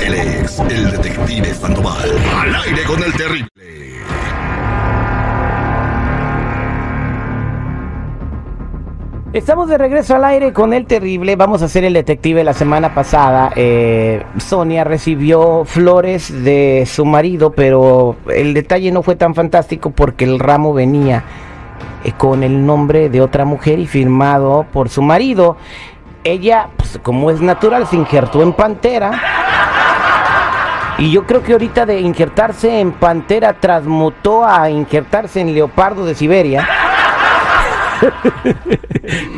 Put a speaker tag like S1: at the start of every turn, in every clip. S1: Él es el detective Sandoval. Al aire con el terrible.
S2: Estamos de regreso al aire con el terrible. Vamos a hacer el detective. La semana pasada, eh, Sonia recibió flores de su marido, pero el detalle no fue tan fantástico porque el ramo venía eh, con el nombre de otra mujer y firmado por su marido. Ella, pues, como es natural, se injertó en Pantera. Y yo creo que ahorita de injertarse en Pantera transmutó a injertarse en Leopardo de Siberia.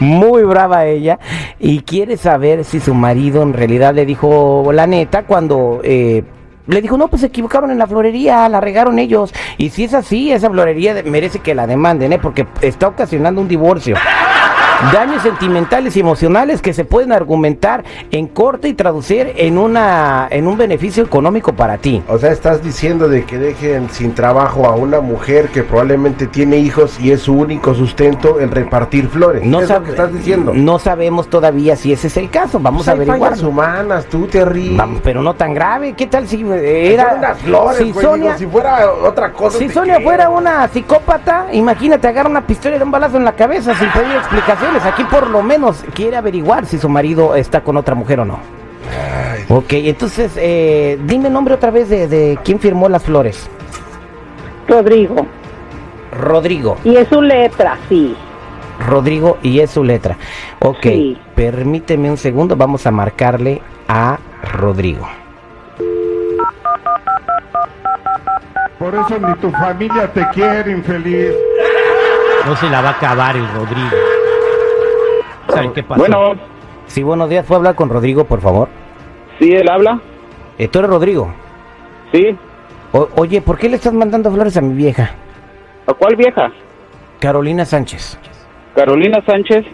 S2: Muy brava ella y quiere saber si su marido en realidad le dijo la neta cuando eh, le dijo, no, pues se equivocaron en la florería, la regaron ellos. Y si es así, esa florería de- merece que la demanden, ¿eh? porque está ocasionando un divorcio. Daños sentimentales y emocionales que se pueden argumentar en corte y traducir en, una, en un beneficio económico para ti.
S3: O sea, estás diciendo de que dejen sin trabajo a una mujer que probablemente tiene hijos y es su único sustento el repartir flores.
S2: No
S3: es
S2: sab-
S3: lo que estás diciendo.
S2: No sabemos todavía si ese es el caso. Vamos
S3: Pues
S2: a
S3: hay
S2: averiguar.
S3: fallas humanas, tú te ríes.
S2: Vamos, pero no tan grave. ¿Qué tal si eh,
S3: Eran
S2: era
S3: unas flores,
S2: si
S3: güey,
S2: Sonia,
S3: digo, si fuera otra cosa.
S2: si
S3: te
S2: Sonia
S3: creo.
S2: fuera una psicópata, imagínate agarrar una pistola y dar un balazo en la cabeza sin pedir explicaciones. Aquí por lo menos quiere averiguar si su marido está con otra mujer o no. Ok, entonces eh, dime el nombre otra vez de, de quién firmó las flores.
S4: Rodrigo.
S2: Rodrigo.
S4: Y es su letra, sí.
S2: Rodrigo y es su letra. Ok,
S4: Sí.
S2: permíteme un segundo, vamos a marcarle a Rodrigo.
S5: Por eso ni tu familia te quiere, infeliz.
S6: No se la va a acabar el Rodrigo. ¿Saben qué pasó?
S7: Bueno,
S2: Sí, buenos días, ¿puedo hablar con Rodrigo, por favor?
S7: sí, él habla.
S2: Eh, ¿Tú eres Rodrigo?
S7: Sí.
S2: O- oye, ¿por qué le estás mandando flores a mi vieja?
S7: ¿A cuál vieja?
S2: Carolina Sánchez.
S7: Carolina Sánchez.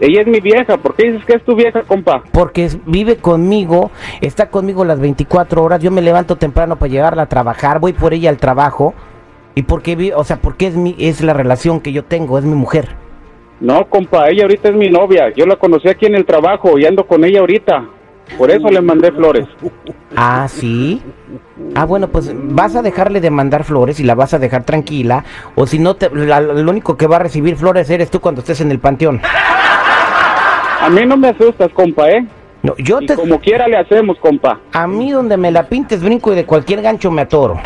S7: Ella es mi vieja. ¿Por qué dices que es tu vieja, compa?
S2: Porque es- vive conmigo, está conmigo las 24 horas, yo me levanto temprano para llevarla a trabajar, voy por ella al trabajo. ¿Y porque vi, o sea, porque es mi es la relación que yo tengo, es mi mujer?
S7: No, compa, ella ahorita es mi novia. Yo la conocí aquí en el trabajo y ando con ella ahorita. Por eso le mandé flores.
S2: Ah, sí. Ah, bueno, pues vas a dejarle de mandar flores y la vas a dejar tranquila, o si no te la- lo único que va a recibir flores eres tú cuando estés en el panteón.
S7: A mí no me asustas, compa, ¿eh?
S2: No, yo
S7: Y
S2: te
S7: como quiera le hacemos, compa.
S2: A mí donde me la pintes brinco y de cualquier gancho me atoro.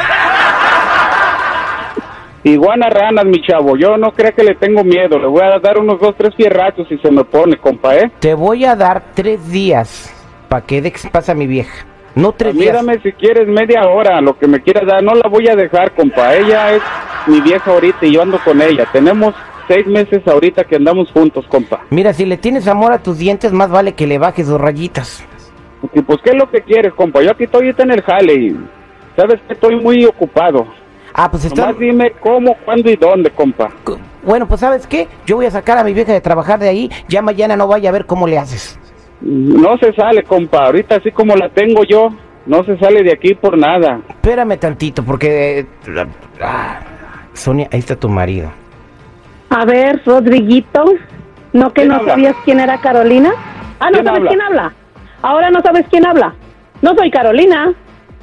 S7: Iguana ranas, mi chavo. Yo no creo que le tengo miedo. Le voy a dar unos dos, tres fierrazos si se me pone, compa, ¿eh?
S2: Te voy a dar tres días para que dejes en paz a mi vieja. No tres días.
S7: Ah, Pues Mírame si quieres media hora, lo que me quieras dar. No la voy a dejar, compa. Ella es mi vieja ahorita y yo ando con ella. Tenemos seis meses ahorita que andamos juntos, compa.
S2: Mira, si le tienes amor a tus dientes, más vale que le bajes dos rayitas.
S7: Y pues, ¿qué es lo que quieres, compa? Yo aquí estoy ahorita en el jale y sabes que estoy muy ocupado.
S2: Ah, pues está...
S7: Nomás dime cómo, cuándo y dónde, compa.
S2: cu- Bueno, pues ¿sabes qué? Yo voy a sacar a mi vieja de trabajar de ahí. Ya mañana no vaya a ver cómo le haces.
S7: No se sale, compa. Ahorita así como la tengo yo, no se sale de aquí por nada.
S2: Espérame tantito, porque... eh, ah, Sonia, ahí está tu marido.
S4: A ver, Rodriguito, ¿no que
S7: ¿Quién
S4: no
S7: habla?
S4: sabías quién era Carolina? Ah, ¿no
S7: ¿Quién
S4: sabes
S7: habla?
S4: quién habla? Ahora no sabes quién habla. No soy Carolina.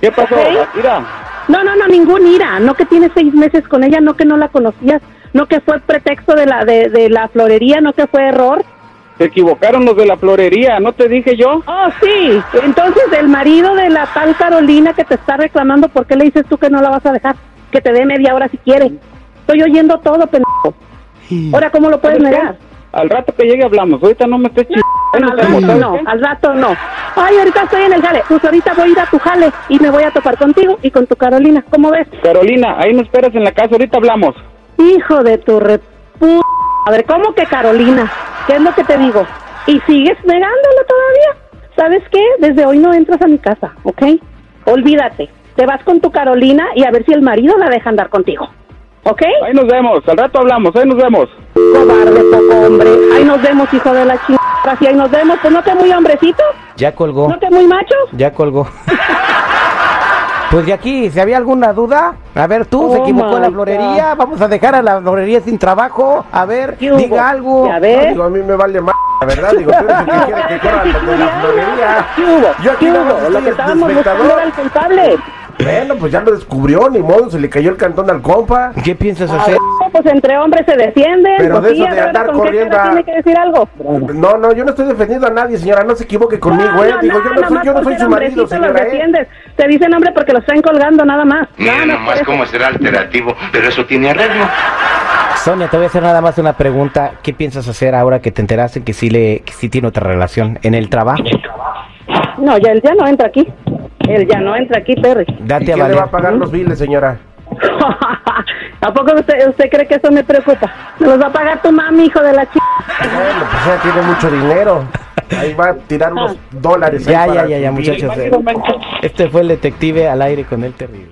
S7: ¿Qué pasó?
S4: Ok.
S7: Mira,
S4: No, no, no, ningún ira. No que tienes seis meses con ella, no que no la conocías, no que fue pretexto de la, de, de la florería, no que fue error.
S7: se equivocaron los de la florería, ¿no te dije yo?
S4: Oh, sí. Entonces, el marido de la tal Carolina que te está reclamando, ¿por qué le dices tú que no la vas a dejar? Que te dé media hora si quiere. Estoy oyendo todo, pendejo. Ahora, ¿cómo lo puedes
S7: ¿Sabes qué?
S4: negar?
S7: Al rato que llegue hablamos. Ahorita no me estés
S4: Pues No,
S7: chingando.
S4: al rato
S7: ¿sabes
S4: no,
S7: qué?
S4: al rato no. Ay, ahorita estoy en el jale. Pues ahorita voy a ir a tu jale y me voy a topar contigo y con tu Carolina. ¿Cómo ves?
S7: Carolina, ahí me esperas en la casa. Ahorita hablamos.
S4: Hijo de tu rep... A ver, ¿cómo que Carolina? ¿Qué es lo que te digo? y sigues negándolo todavía. ¿Sabes qué? Desde hoy no entras a mi casa, ¿ok? Olvídate. Te vas con tu Carolina y a ver si el marido la deja andar contigo. ¿Ok?
S7: Ahí nos vemos, al rato hablamos, ahí nos vemos.
S4: Cobarde, poco hombre. Ahí nos vemos, hijo de la chingada. Si ahí nos vemos, pues no te muy hombrecito,
S2: Ya colgó.
S4: no te muy macho.
S2: Ya colgó. Pues de aquí, si había alguna duda, a ver tú, se
S4: Oh
S2: equivocó
S4: my
S2: la florería, vamos a dejar a la florería sin trabajo, a ver,
S4: ¿Qué hubo?
S2: diga algo.
S4: Ya
S3: No,
S4: ves.
S3: digo, a mí me vale más, la verdad. Digo, tú eres el que quiere que corra la, de la florería.
S4: ¿Qué hubo?
S3: Yo aquí
S4: ¿Qué
S3: nada más
S4: hubo?
S3: estoy
S4: Lo que
S3: de
S4: estábamos
S3: espectador.
S4: buscando era el culpable.
S3: Bueno, pues ya lo descubrió, ni modo, se le cayó el cantón al compa.
S2: ¿Qué piensas hacer?
S4: No, pues entre hombres se defienden.
S3: Pero
S4: pues
S3: de eso
S4: sí, a
S3: de
S4: ver,
S3: andar
S4: ¿con qué
S3: corriendo
S4: cara
S3: a-
S4: tiene que decir algo.
S3: No, no, yo no estoy defendiendo a nadie, señora, no se equivoque conmigo,
S4: No,
S3: eh.
S4: no,
S3: Digo,
S4: no,
S3: yo no soy,
S4: nomás
S3: yo no
S4: por
S3: soy
S4: ser
S3: su marido,
S4: hombrecito los
S3: señora, eh.
S4: defiendes. Te dicen hombre porque los están colgando nada más. Nada
S8: Miren
S4: más por
S8: nomás
S4: eso.
S8: cómo será alternativo, pero eso tiene arreglo.
S2: Sonia, te voy a hacer nada más una pregunta. ¿Qué piensas hacer ahora que te enteraste que sí, le, que sí tiene otra relación en el trabajo?
S4: No, ya, él ya no entra aquí. Él ya no entra aquí, Terry.
S3: ¿Y
S2: Date a
S3: quién le va a
S2: valer.
S3: pagar los biles, señora?
S4: ¿A poco usted, usted cree que eso me preocupa? Me los va a pagar tu mami, hijo de la chica.
S3: Bueno, pues ella tiene mucho dinero. Ahí va a
S4: Ah.
S3: tirar unos dólares. ahí
S2: Ya, ya,
S3: para
S2: ya, ya,
S3: sus biles.
S2: muchachos. eh, Este fue el detective al aire con el terrible.